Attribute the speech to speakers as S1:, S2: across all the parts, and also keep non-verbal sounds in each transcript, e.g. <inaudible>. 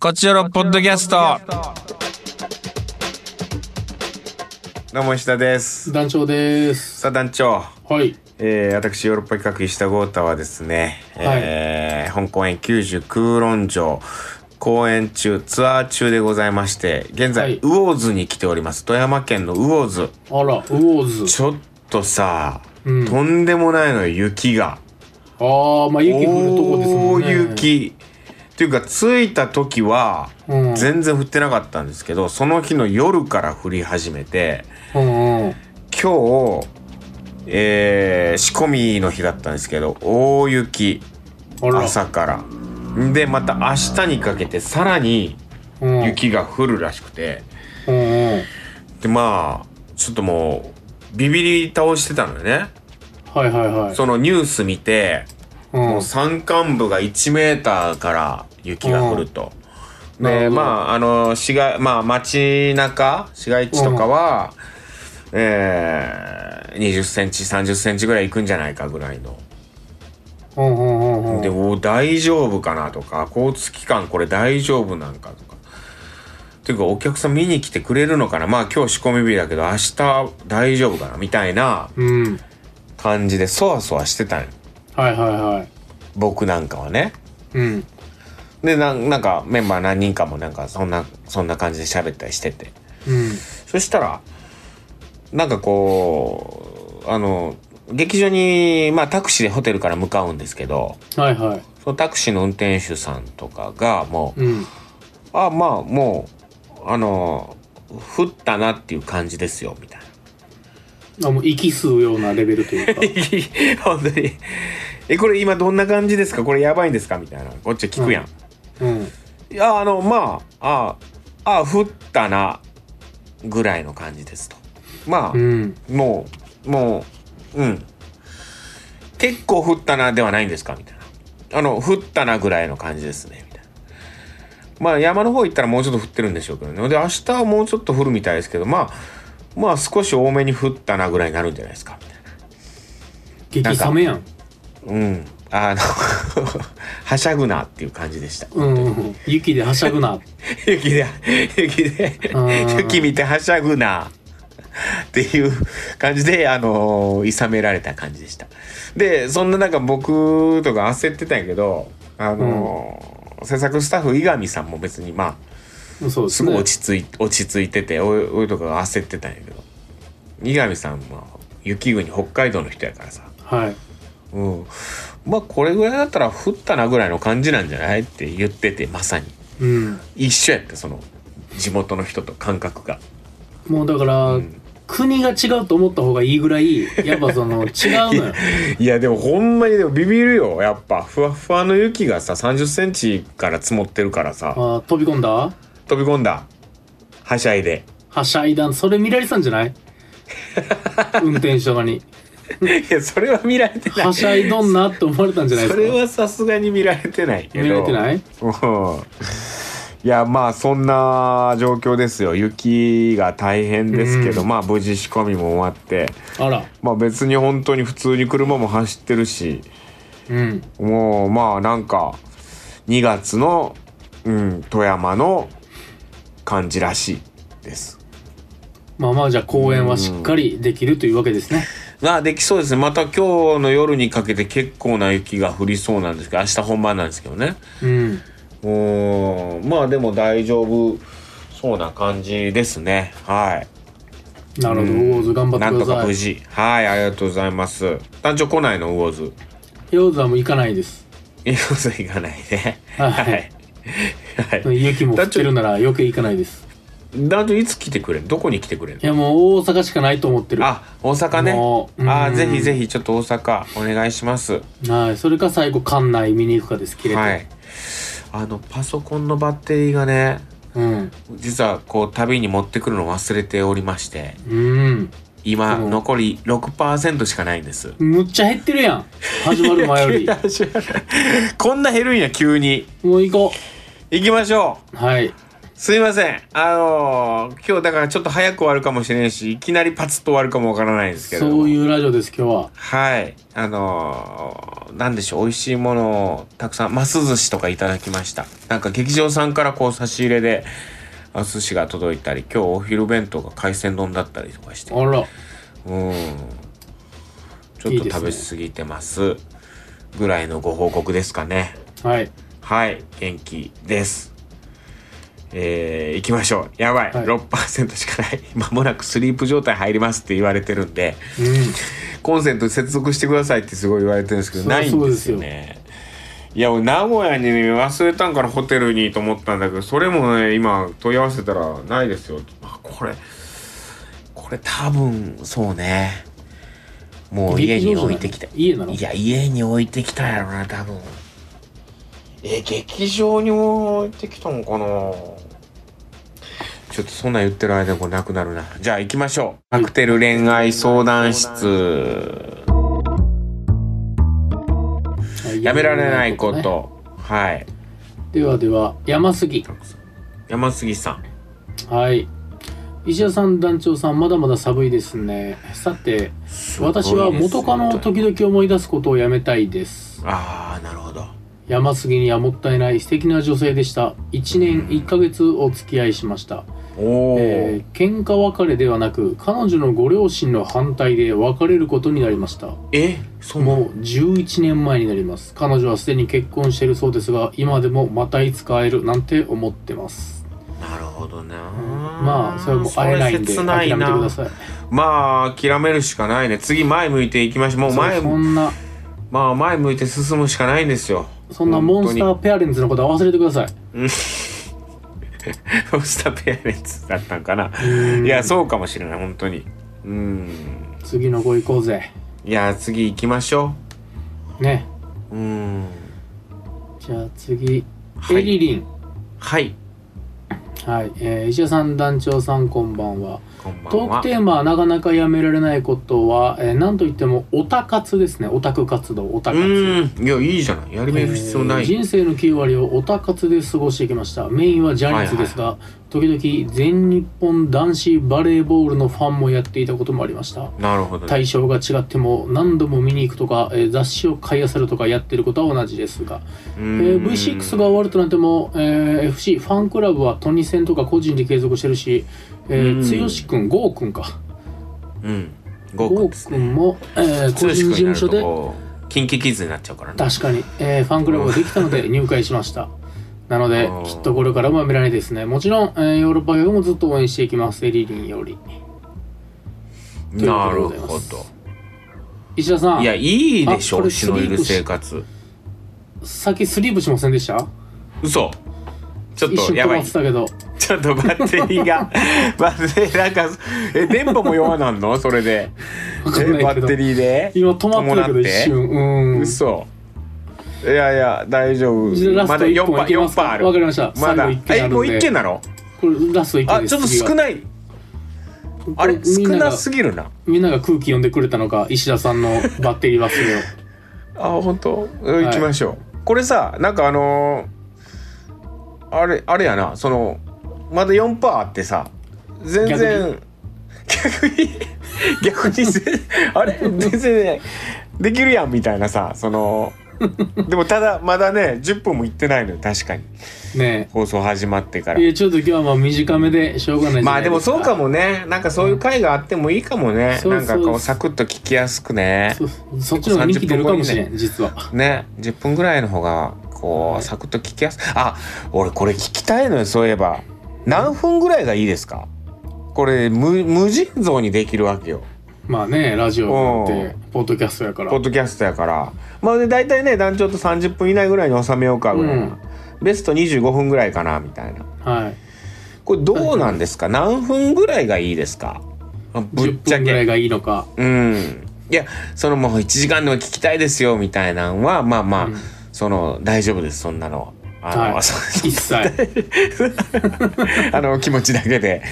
S1: こちらのポッドキャスト。
S2: どうも石田です。
S3: 団長です。
S2: さあ団長、
S3: はい。
S2: えー、私ヨーロッパ企画石田豪太はですね、えー、本公演90空論城公演中ツアー中でございまして、現在、
S3: はい
S2: 魚津に来ております。富山県の魚津。
S3: あら、ウォーズ。
S2: ちょっとさ、
S3: うん
S2: とんでもないのよ雪が。
S3: ああ、まあ雪降るとこですもんね。
S2: 大。雪。というか着いた時は
S3: うん。
S2: 全然降ってなかったんですけど、その日の夜から降り始めて。
S3: うんうん。
S2: 今日、えー仕込みの日だったんですけど大雪
S3: あら。
S2: 朝からでまた明日にかけてさらに
S3: うん。
S2: 雪が降るらしくて
S3: うんうん。
S2: でまあちょっともうビビり倒してたのよね
S3: はいはいはい。
S2: そのニュース見て
S3: うん。
S2: もう山間部が1メーターから雪が降ると。
S3: んな
S2: で
S3: るほ
S2: ま
S3: ど
S2: ああの市街まあ街中市街地とかは、えー、20センチ30センチぐらい行くんじゃないかぐらいの。
S3: うんうんうんうん。
S2: でお大丈夫かなとか交通機関これ大丈夫なんかとか。ていうかお客さん見に来てくれるのかなまあ今日仕込み日だけど明日大丈夫かなみたいな
S3: うん。
S2: 感じでそわそわしてたんよ
S3: はいはいはい。
S2: 僕なんかはね。
S3: うん。
S2: でなんなんかメンバー何人かもなんかそんなそんな感じで喋ったりしてて
S3: うん。
S2: そしたらなんかこうあの劇場に、まあ、タクシーでホテルから向かうんですけど
S3: はいはい。
S2: そのタクシーの運転手さんとかがもう
S3: うん。
S2: 「あまあもうあの降ったなっていう感じですよ」みたいな。 <laughs>
S3: あもう息吸うようなレベルというか。
S2: 本当にえこれ今どんな感じですかこれやばいんですかみたいなこっち聞くやん、
S3: うん。
S2: いや、あの、まあ、ああ、ああ、降ったな、ぐらいの感じですと。まあ、
S3: うん。
S2: もう、もう、うん。結構降ったな、ではないんですかみたいな。あの、降ったな、ぐらいの感じですね、みたいな。まあ、山の方行ったらもうちょっと降ってるんでしょうけどね。で、明日はもうちょっと降るみたいですけど、まあ、まあ、少し多めに降ったな、ぐらいになるんじゃないですかみたいな。
S3: 激サメやん。
S2: うん。あの、 <laughs> はしゃぐなっていう感じでした。
S3: うんうんうん。雪ではしゃぐな。
S2: 雪で雪で
S3: うん
S2: 雪見てはしゃぐなっていう感じであのいさめられた感じでしたでそんな中僕とか焦ってたんやけどあの、制作スタッフ伊上さんも別にま
S3: そう
S2: あ
S3: です
S2: す
S3: ね。
S2: ごい落ち着い落ち着いてて俺俺とかが焦ってたんやけど伊上さんも雪国北海道の人やからさ
S3: はい。
S2: うんまあこれぐらいだったら降ったなぐらいの感じなんじゃないって言っててまさに
S3: うん。
S2: 一緒やってその地元の人と感覚が
S3: もうだから、国が違うと思った方がいいぐらい、やっぱそ
S2: <laughs>
S3: の、違うのよ。
S2: いやでもほんまにでもビビるよやっぱふわふわの雪がさ3 0センチから積もってるからさ
S3: あー飛び込んだ
S2: 飛び込んだはしゃいで
S3: はしゃいだんそれ見られてたんじゃない運転手とかに
S2: いやそれは見られてない
S3: はしゃいどんなって思われたんじゃないで
S2: そ
S3: すか
S2: れはさすがに見られてないけど
S3: 見られてない
S2: うんいやまあそんな状況ですよ雪が大変ですけど、まあ無事仕込みも終わって
S3: あら
S2: まあ別に本当に普通に車も走ってるし
S3: うん
S2: もうまあなんか2月の、うん、富山の感じらしいです。
S3: まあまあじゃあ公演はしっかりできるというわけですね
S2: ができそうですねまた今日の夜にかけて結構な雪が降りそうなんですけど明日本番なんですけどね
S3: うん
S2: うーんまあでも大丈夫そうな感じですねはい
S3: なるほどウォーズ頑張っ
S2: な
S3: て
S2: ん
S3: く
S2: と
S3: だ
S2: か
S3: さ
S2: 無
S3: い
S2: 事はいありがとうございます団長来ないの魚津
S3: ウォーズはもう行かないです
S2: 魚津行かないね
S3: はい
S2: はいはい
S3: 雪も降ってるなら余計行かないです
S2: 団長いつ来てくれんどこに来てくれんの
S3: いやもう大阪しかないと思ってるは
S2: あ、大阪ね。
S3: もううん
S2: あー、ぜひぜひちょっと大阪お願いします。
S3: いそれか最後館内見に行くかです切れて、
S2: はい。あのパソコンのバッテリーがね、
S3: うん
S2: 実はこう旅に持ってくるのを忘れておりまして、
S3: うん
S2: 今
S3: うん
S2: 残り6%しかないんです。
S3: むっちゃ減ってるやん始まる
S2: <laughs>
S3: 前より
S2: こんな減るんや急に。
S3: もう行こ
S2: 行きましょ。
S3: うはいう
S2: すいません。あのー今日だからちょっと早く終わるかもしれんし、いきなりパツッと終わるかもわからないんですけれども。
S3: そういうラジオです今日は
S2: はい。あのーなんでしょう、美味しいものをたくさん、ます寿司とかいただきました。なんか劇場さんからこう差し入れで、お寿司が届いたり、今日お昼弁当が海鮮丼だったりとかして。
S3: あら
S2: うん。ちょっと食べ過ぎてます。ぐらいのご報告ですかね。
S3: はい
S2: はい、元気です。えー、行きましょう。やばい、
S3: はい
S2: 6%しかない。 <laughs> まもなくスリープ状態入りますって言われてるんで、コンセント接続してくださいってすごい言われてるんですけど、
S3: そりゃ
S2: ないんですよね。いや、俺名古屋に、ね、忘れたんからホテルにと思ったんだけど、それもね、今問い合わせたらないですよ。あこれ、これ多分、そうね。も
S3: うん
S2: う家に置いてきた。
S3: 家なの
S2: いや家に置いてきたんやろな多分え劇場に置いてきたのかなちょっとそんなん言ってる間にこれなくなるなじゃあ行きましょうカクテル恋愛相談室やめられないこ
S3: ね
S2: とはい
S3: ではでは山杉
S2: 山杉さん
S3: はい石田さん団長さんまだまだ寒いですねさて私は元カノを時々思い出すことをやめたいです
S2: ああなるほど
S3: 山杉にはもったいない素敵な女性でした1年1ヶ月お付き合いしました、
S2: おお、
S3: えー喧嘩別れではなく彼女のご両親の反対で別れることになりました
S2: えそうなの
S3: もう11年前になります彼女はすでに結婚しているそうですが今でもまたいつか会えるなんて思ってます
S2: なるほどな
S3: まあそれはもう会えないん
S2: そ
S3: で
S2: れ切ない
S3: 諦
S2: な
S3: めてください
S2: まあ諦めるしかないね次前向いていきましょうもう前
S3: そうそんな
S2: まあ前向いて進むしかないんです <laughs> よ
S3: そんなモンスターペアレンツのことは忘れてください
S2: ーモンスターペアレンツだったんかな
S3: うん
S2: いやそうかもしれない本当にうん
S3: 次の子行こうぜ
S2: いや次行きましょ
S3: ね
S2: ううん
S3: じゃあ次、
S2: はい
S3: エリリン
S2: はい
S3: はい、えー、石田さん団長さんこんばんは
S2: こんば
S3: ト
S2: ん
S3: ー
S2: は
S3: クテーマはなかなかやめられないことは、えー、なんといってもオタ活ですねオタク活動オタ
S2: う
S3: 活
S2: ーんいやいいじゃないやりめる必要な
S3: えー
S2: い、
S3: 人生の9割をオタ活で過ごしてきましたメインはジャニーズですが、時々全日本男子バレーボールのファンもやっていたこともありました
S2: なるほど、ね、
S3: 対象が違っても何度も見に行くとか、えー雑誌を買い漁るとかやってることは同じですが、
S2: え
S3: えー V6 が終わるとなっても、えー FC ファンクラブはトニセンとか個人で継続してるし、え
S2: う
S3: ー、
S2: ん
S3: 剛君剛君か
S2: うん
S3: 剛
S2: 豪華ですね
S3: 君も、えー個人
S2: 剛君
S3: 事
S2: になる
S3: 務所
S2: と
S3: で
S2: こうキンキキッズになっちゃうからね
S3: 確かに、えーファンクラブができたので入会しましたなの
S2: あ
S3: で
S2: ー
S3: きっとこれからもやめられないですねもちろん、えーヨーロッパ側もずっと応援していきますエリリンよりという
S2: なる
S3: ことでござい
S2: ほ
S3: ます
S2: ど
S3: 石田さん
S2: いやいいでし
S3: あ
S2: ょ
S3: これ
S2: うちのいる生活
S3: さっきスリーブしませんでした
S2: 嘘ちょっ
S3: 一
S2: と
S3: 瞬
S2: や
S3: 止
S2: ば
S3: ま
S2: い
S3: ってたけど
S2: <laughs> ちょっとバッテリー
S3: <laughs>
S2: がバッテリーなんかえ電波も弱なんのそれで
S3: わかん
S2: え
S3: ない
S2: バ
S3: け
S2: ッ
S3: ど
S2: テリーで
S3: 今止まってたけど
S2: 伴
S3: 一瞬うん
S2: 嘘いやいや大丈
S3: じゃあ
S2: 夫
S3: ラスト1本いけますか
S2: 4%ある
S3: わかりました
S2: まだえ
S3: 最後一件あるんで
S2: もう一件なの
S3: これラスト1個
S2: あ
S3: です
S2: ちょっと
S3: 次は
S2: 少ないあ
S3: こ
S2: れ少
S3: みんが
S2: なすぎるな
S3: みんなが空気読んでくれたのか石田さんのバッテリーはすぐ
S2: あ本当
S3: い
S2: 行きましょう、これさなんかあのーあれあれやなそのまだ4パーあってさ全然逆に <laughs> 逆にぜあれ全然ねできるやんみたいなさそのでもただまだね10分もいってないのよ確かに
S3: ね
S2: 放送始まってか
S3: えい
S2: ら
S3: やちょっと今日はまあ短めでしょうがないじゃ
S2: ま
S3: な
S2: あ
S3: いす
S2: でもそうかもねなんかそういう回があってもいいかもね、
S3: うん
S2: なんか
S3: そう
S2: こ
S3: そう
S2: うサクッと聞きやすくね
S3: そそっちの方が人気出るかもしれん、実は。
S2: ね10分ぐらいの方がこうサクッと聞きやすあ俺これ聞きたいのよそういえば何分ぐらいがいいですかこれ無無尽蔵にできるわけよ
S3: まあね、ラジオなん
S2: う
S3: て、ポッドキャストやから
S2: ポッ。ドキャストやからまあで大体ね団長と30分以内ぐらいに収めようかぐらいな、
S3: うん
S2: ベスト25分ぐらいかなみたいな
S3: はい。
S2: これどうなんですか何分ぐらいがいいですかあぶっ
S3: 10
S2: ちゃ
S3: 分ぐら
S2: け
S3: いがいいのか。
S2: うんいやそのもう1時間でも聞きたいですよみたいなのはまあまあ、
S3: うん
S2: その大丈夫ですそんなの。あの
S3: はい一切。はい。
S2: <laughs> あの気持ちだけで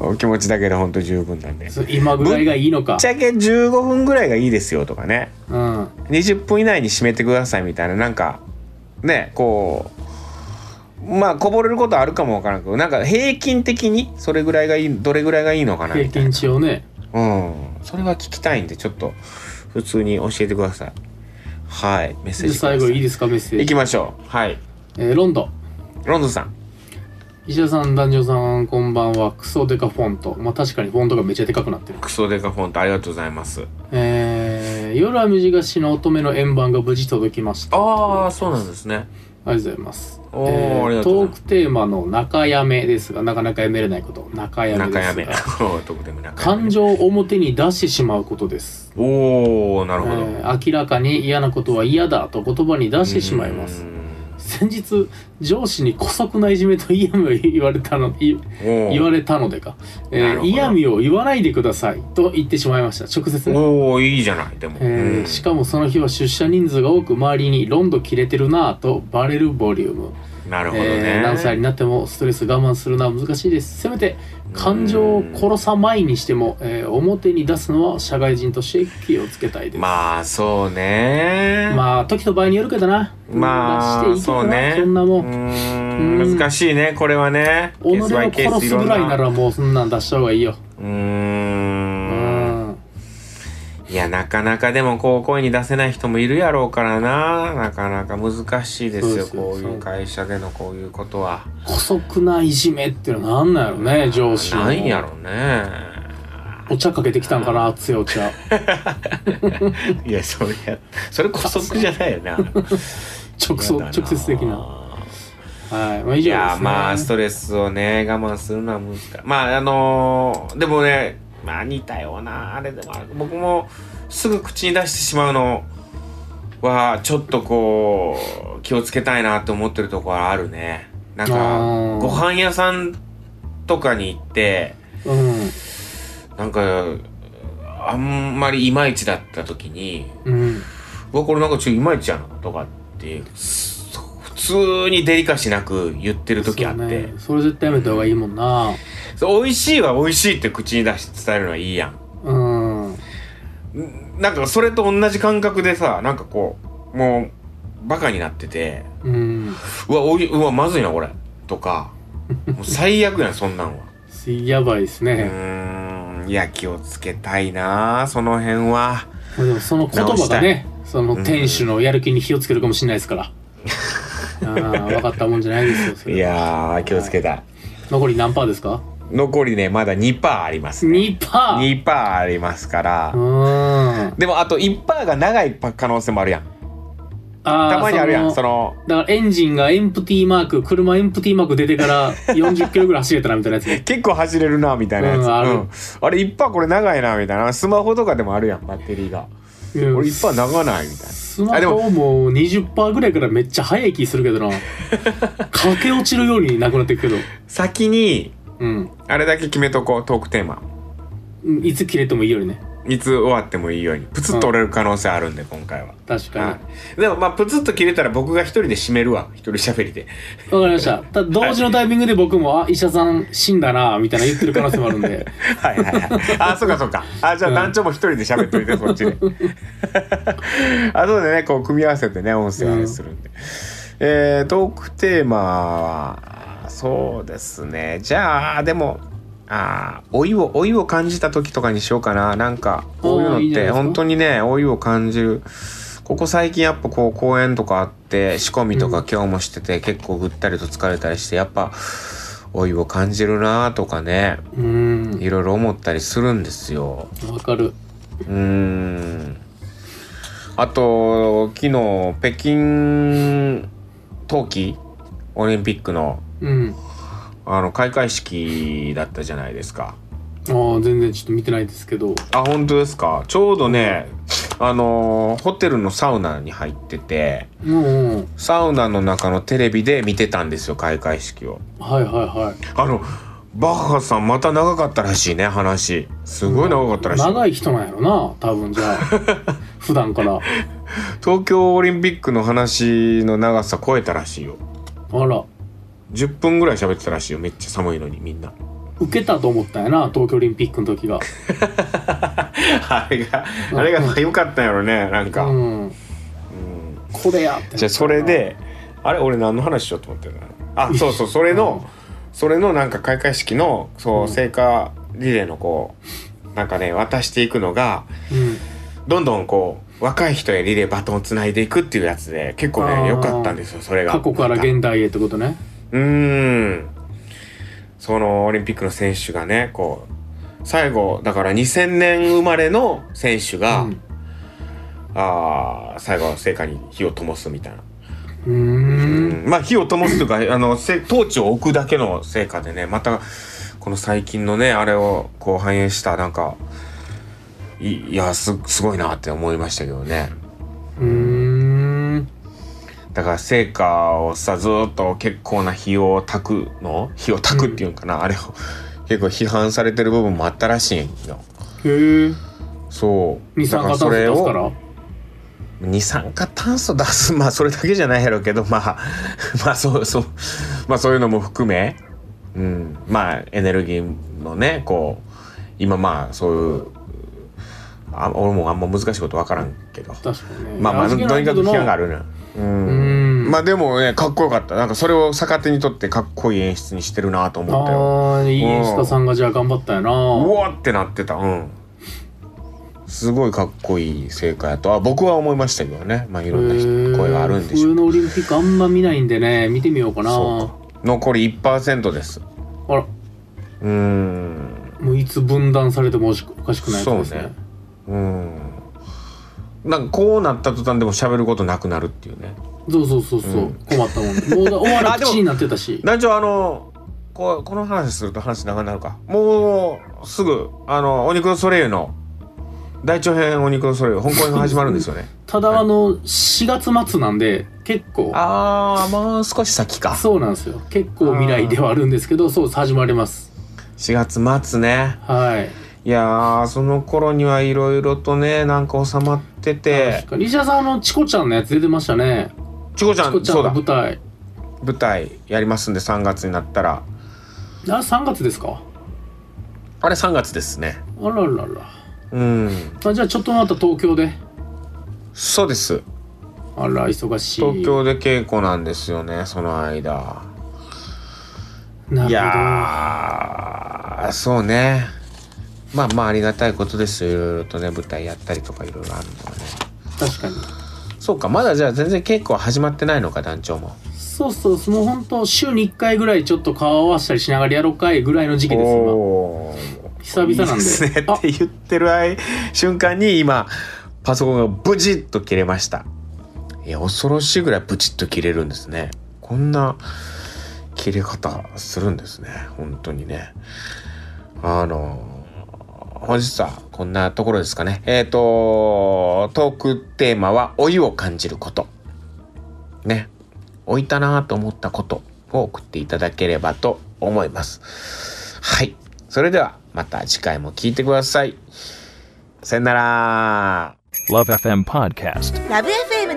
S2: お気持ちだけで本当十分なんで。ぶ
S3: そう今ぐらいがいいのか
S2: っち。ゃけ15分ぐらいがいいですよとかね
S3: うん。
S2: 20分以内に締めてくださいみたいななんかねこうまあこぼれることはあるかもわからんけどなんか平均的にそれぐらいがいいどれぐらいがいいのかな
S3: 平
S2: みたいな
S3: 均値をね
S2: うんそれは聞きたいんでちょっと普通に教えてくださいはいメッセージく
S3: で
S2: ださ
S3: 最後いいですかメッセー
S2: 行き
S3: ジ、
S2: ましょうはい
S3: えーロンドン
S2: ロンドンさん
S3: 石田さん男女さんこんばんはクソデカフォントまあ確かにフォントがめちゃでかくなってる
S2: クソデカフォントありがとうございます
S3: えー、夜は短しの乙女の円盤が無事届きました
S2: ああそうなんですね
S3: ありがとうございます。
S2: おーあ
S3: え
S2: りがとうござい
S3: トー
S2: ます
S3: クテーマの中やめですが、なかなかやめれないこと。中やめです
S2: 中
S3: が。
S2: やめ特典中やめ
S3: 感情を表に出してしまうことです。
S2: おおなるほど、
S3: えー明らかに嫌なことは嫌だと言葉に出してしまいます
S2: う。ん
S3: 先日、上司に姑息ないじめと嫌味を言われたの、い
S2: お
S3: 言われたのでか、え
S2: なる
S3: ー
S2: ほど
S3: 嫌味を言わないでくださいと言ってしまいました。直接ね。
S2: おおいいじゃないでも、
S3: えー
S2: うん
S3: しかもその日は出社人数が多く周りにロンド切れてるなぁとバレるボリューム、
S2: なるほどね、
S3: えー何歳になってもストレス我慢するのは難しいですせめて感情を殺さないにしても、えー表に出すのは社外人として気をつけたいですま
S2: まあそうね
S3: あ、時と場合によるけどな
S2: まあ
S3: 出していいけ
S2: そ
S3: ど
S2: う
S3: な、
S2: ね
S3: そんなも
S2: うー
S3: ん
S2: ん
S3: うん
S2: 難しいねこれはね
S3: 己を殺すぐらいならもうそんなん出した方がいいよ
S2: うー
S3: うんん
S2: いやなかなかでもこう声に出せない人もいるやろうからななかなか難しいですよ
S3: そうですよ
S2: こうい
S3: そうう
S2: 会社でのこういうことは
S3: 姑息ないじめっていうのはなんなんやろね上司の
S2: なんやろね
S3: お茶かけてきたんかな熱いお茶
S2: いやそれやそれこそじゃないよな
S3: 直送
S2: やだ
S3: 直接的なはいまあ以上です、ね、
S2: いやーまあストレスをね我慢するのは難しいまああのーでもねまあ似たようなあれでもある僕もすぐ口に出してしまうのはちょっとこう気をつけたいなと思ってるところはあるねなんか
S3: あー
S2: ご飯屋さんとかに行って
S3: うん
S2: なんかあんまりいまいちだった時に
S3: うん
S2: うわこれなんかちょっといまいちやなとかってそ普通にデリカシーなく言ってる時あって、
S3: そうねそれ絶対やめた方がいいもんな
S2: そう美味しいは美味しいって口に出して伝えるのはいいや
S3: う
S2: ん
S3: ん
S2: んなんかそれと同じ感覚でさなんかこうもうバカになってて
S3: うん
S2: うわおいうわまずいなこれとかもう最悪やんそ <laughs> んなんは
S3: やばいです
S2: う
S3: ね、
S2: ーんいや気をつけたいなその辺は
S3: まあでもその言
S2: 直
S3: 葉
S2: した
S3: が
S2: い
S3: ねその店主のやる気に火をつけるかもしれないですから、ああ分かったもんじゃないですよそれ
S2: いやー気をつけたい
S3: 残り何パーですか
S2: 残りねまだ2%ありますね
S3: 2パー
S2: 2%ありますから
S3: うん
S2: でもあと1%が長い可能性もあるやん
S3: あー
S2: たまにあるやん
S3: そ
S2: そ
S3: の
S2: の
S3: だからエンジンがエンプティーマーク車エンプティーマーク出てから40キロぐらい走れたなみたいなやつね
S2: 結構走れるなみたいなやつ、う
S3: うんんある
S2: あれ一般これ長いなみたいなスマホとかでもあるやんバッテリーが
S3: うん
S2: 俺一般長ないみたい
S3: ス
S2: あ
S3: マ
S2: でも
S3: ホもう20%ぐらいからめっちゃ速い気するけ
S2: <laughs>
S3: どな駆け落ちるようになくなっていくけど
S2: な先に
S3: うん
S2: あれだけ決めとこうトークテーマ
S3: うんいつ切れてもいいよりね
S2: いつ終わってもいいようにプツッと折れる可能性あるんで今回は、
S3: 確かにわ
S2: は
S3: か
S2: い、でもまあプツッと切れたら僕が一人で締めるわ一人喋りで
S3: りましたただ同時のタイミングで僕も「あ医者さん死んだな」みたいな言ってる可能性もある
S2: <laughs>
S3: んで
S2: はいはいはい。あ、そうかそうか。あ、じゃあ
S3: うん
S2: 団長も一人で喋っといて、そっちで。 <laughs> あとでね、こう組み合わせてね、音声あれするんで。えー、トークテーマは、そうですね。じゃあ、でも、あー老いを、老いを感じた時とかにしようかな。なんか、こういう
S3: あー
S2: の
S3: いい
S2: っ
S3: じゃ
S2: て、
S3: ないですか
S2: 本当にね、老いを感じる。ここ最近やっぱこう公演とかあって仕込みとか
S3: うん
S2: 今日もしてて結構ぐったりと疲れたりしてやっぱ老いを感じるなとかね
S3: うーん
S2: いろいろ思ったりするんですよ。
S3: わかる
S2: うーん。あと、昨日、北京冬季オリンピックの
S3: うん
S2: あの開会式だったじゃないですか。
S3: ああ全然ちょっと見てないですけど
S2: あ、本当ですか。ちょうどね、あのー、ホテルのサウナに入ってて、
S3: もうん
S2: サウナの中のテレビで見てたんですよ、開会式を。
S3: はいはいはい
S2: あの、バッハさんまた長かったらしいね、話。すごい長かったらしい。
S3: 長い人なんやろな多分じゃあ
S2: <laughs>
S3: 普段から
S2: 東京オリンピックの話の長さ超えたらしいよ
S3: あら
S2: 10分ぐらい喋ってたらしいよめっちゃ寒いのにみんな
S3: 受けたと思ったんやな東京オリンピックの時が
S2: <laughs> あれがあれが良かったんやろねなんか、
S3: うんこれやって
S2: じゃあそれであれ俺何の話しようと思ってるのあそうそうそれの、それのなんか開会式のそう、
S3: うん
S2: 聖火リレーのこうなんかね渡していくのが
S3: うん
S2: どんどんこう若い人へリレーバトンをつないでいくっていうやつで結構
S3: あー
S2: ね良かったんですよそれが
S3: 過去から現代へってことね
S2: うーんそのオリンピックの選手がねこう最後だから2000年生まれの選手が、
S3: うん
S2: あー最後の聖火に火を灯すみたいな、
S3: うーん
S2: うんまあ火を灯すというか <laughs> あのせトーチを置くだけの成果でねまたこの最近のねあれをこう反映したなんかいいやすすごいなって思いましたけどね
S3: うーん
S2: だから聖火をさずーっと結構な火を焚くの火を焚くっていうんかな、あれを結構批判されてる部分もあったらしいよ
S3: へえ
S2: そう
S3: 二酸化炭素出すから
S2: 二酸化炭素出す <laughs> まあそれだけじゃないやろうけどまあ <laughs> まあそうそうまあそういうのも含め、うん、まあエネルギーのねこう今まあそういうあ俺もあんま難しいこと分からんけど
S3: 確かにね
S2: まあまあと
S3: 味
S2: に
S3: 気
S2: か
S3: ないこ
S2: く
S3: との
S2: 批判があるねう
S3: うんん
S2: まあでもねかっこよかったなんかそれを逆手にとってかっこいい演出にしてるなと思ったよ
S3: あーいい演出家さんがじゃあ頑張ったよな
S2: うわってなってたうんすごいかっこいい成果やとあ僕は思いましたけどねまあいろんな人声があるんでしょ
S3: 冬
S2: う
S3: のオリンピックあんま見ないんでね見てみようかな
S2: そうか残り1%です
S3: あら
S2: うーん
S3: もういつ分断されてもおしくおかしくないやつです
S2: そ
S3: ね
S2: うねうーんなんかこうなった途端でも喋ることなくなるっていうね
S3: そうそうそうそう、
S2: うん
S3: 困ったもんもう終わら
S2: <laughs> あでも
S3: 口になってたし
S2: 団長あのここの話すると話長くなるかもうすぐあのお肉のソレイユの大長編お肉のソレイユ本公演が始まるんですよね
S3: ただあの4月末なんで結構
S2: ああもう少し先か
S3: そうなんですよ結構未来ではあるんですけどそうです始まります
S2: 4月末ね
S3: はい
S2: いやーその頃にはいろいろとねなんか収まってて
S3: 確かに石田さんあのチコちゃんのやつ出てましたね
S2: チコちゃ
S3: チコ
S2: ん
S3: ちゃ
S2: そ
S3: ん
S2: う
S3: の
S2: だ
S3: 舞台
S2: 舞台やりますんで3月になったら
S3: あ3月ですか
S2: あれ3月ですね
S3: あららら
S2: うん
S3: あじゃあちょっとまた東京で
S2: そうです
S3: あら忙しい
S2: 東京で稽古なんですよねその間
S3: なるほど
S2: いやーそうねまあまあありがたいことですよいろいろとね舞台やったりとかいろいろあるのはね
S3: 確かに
S2: そうかまだじゃあ全然稽古は始まってないのか団長も
S3: そうそうその本当週に1回ぐらいちょっと顔合わせたりしながらやろうかいぐらいの時期です今
S2: おー
S3: 久々なんで
S2: いいす <laughs> ね
S3: あ
S2: って言ってる間瞬間に今パソコンがブチッと切れましたいや恐ろしいぐらいブチッと切れるんですねこんな切れ方するんですね本当にねあの本日はこんなところですかねえっ、とトークテーマは老いを感じることね老いたなと思ったことを送っていただければと思いますはい。それではまた次回も聞いてください。さよなら。
S1: Love FM Podcast.
S4: ラブ f m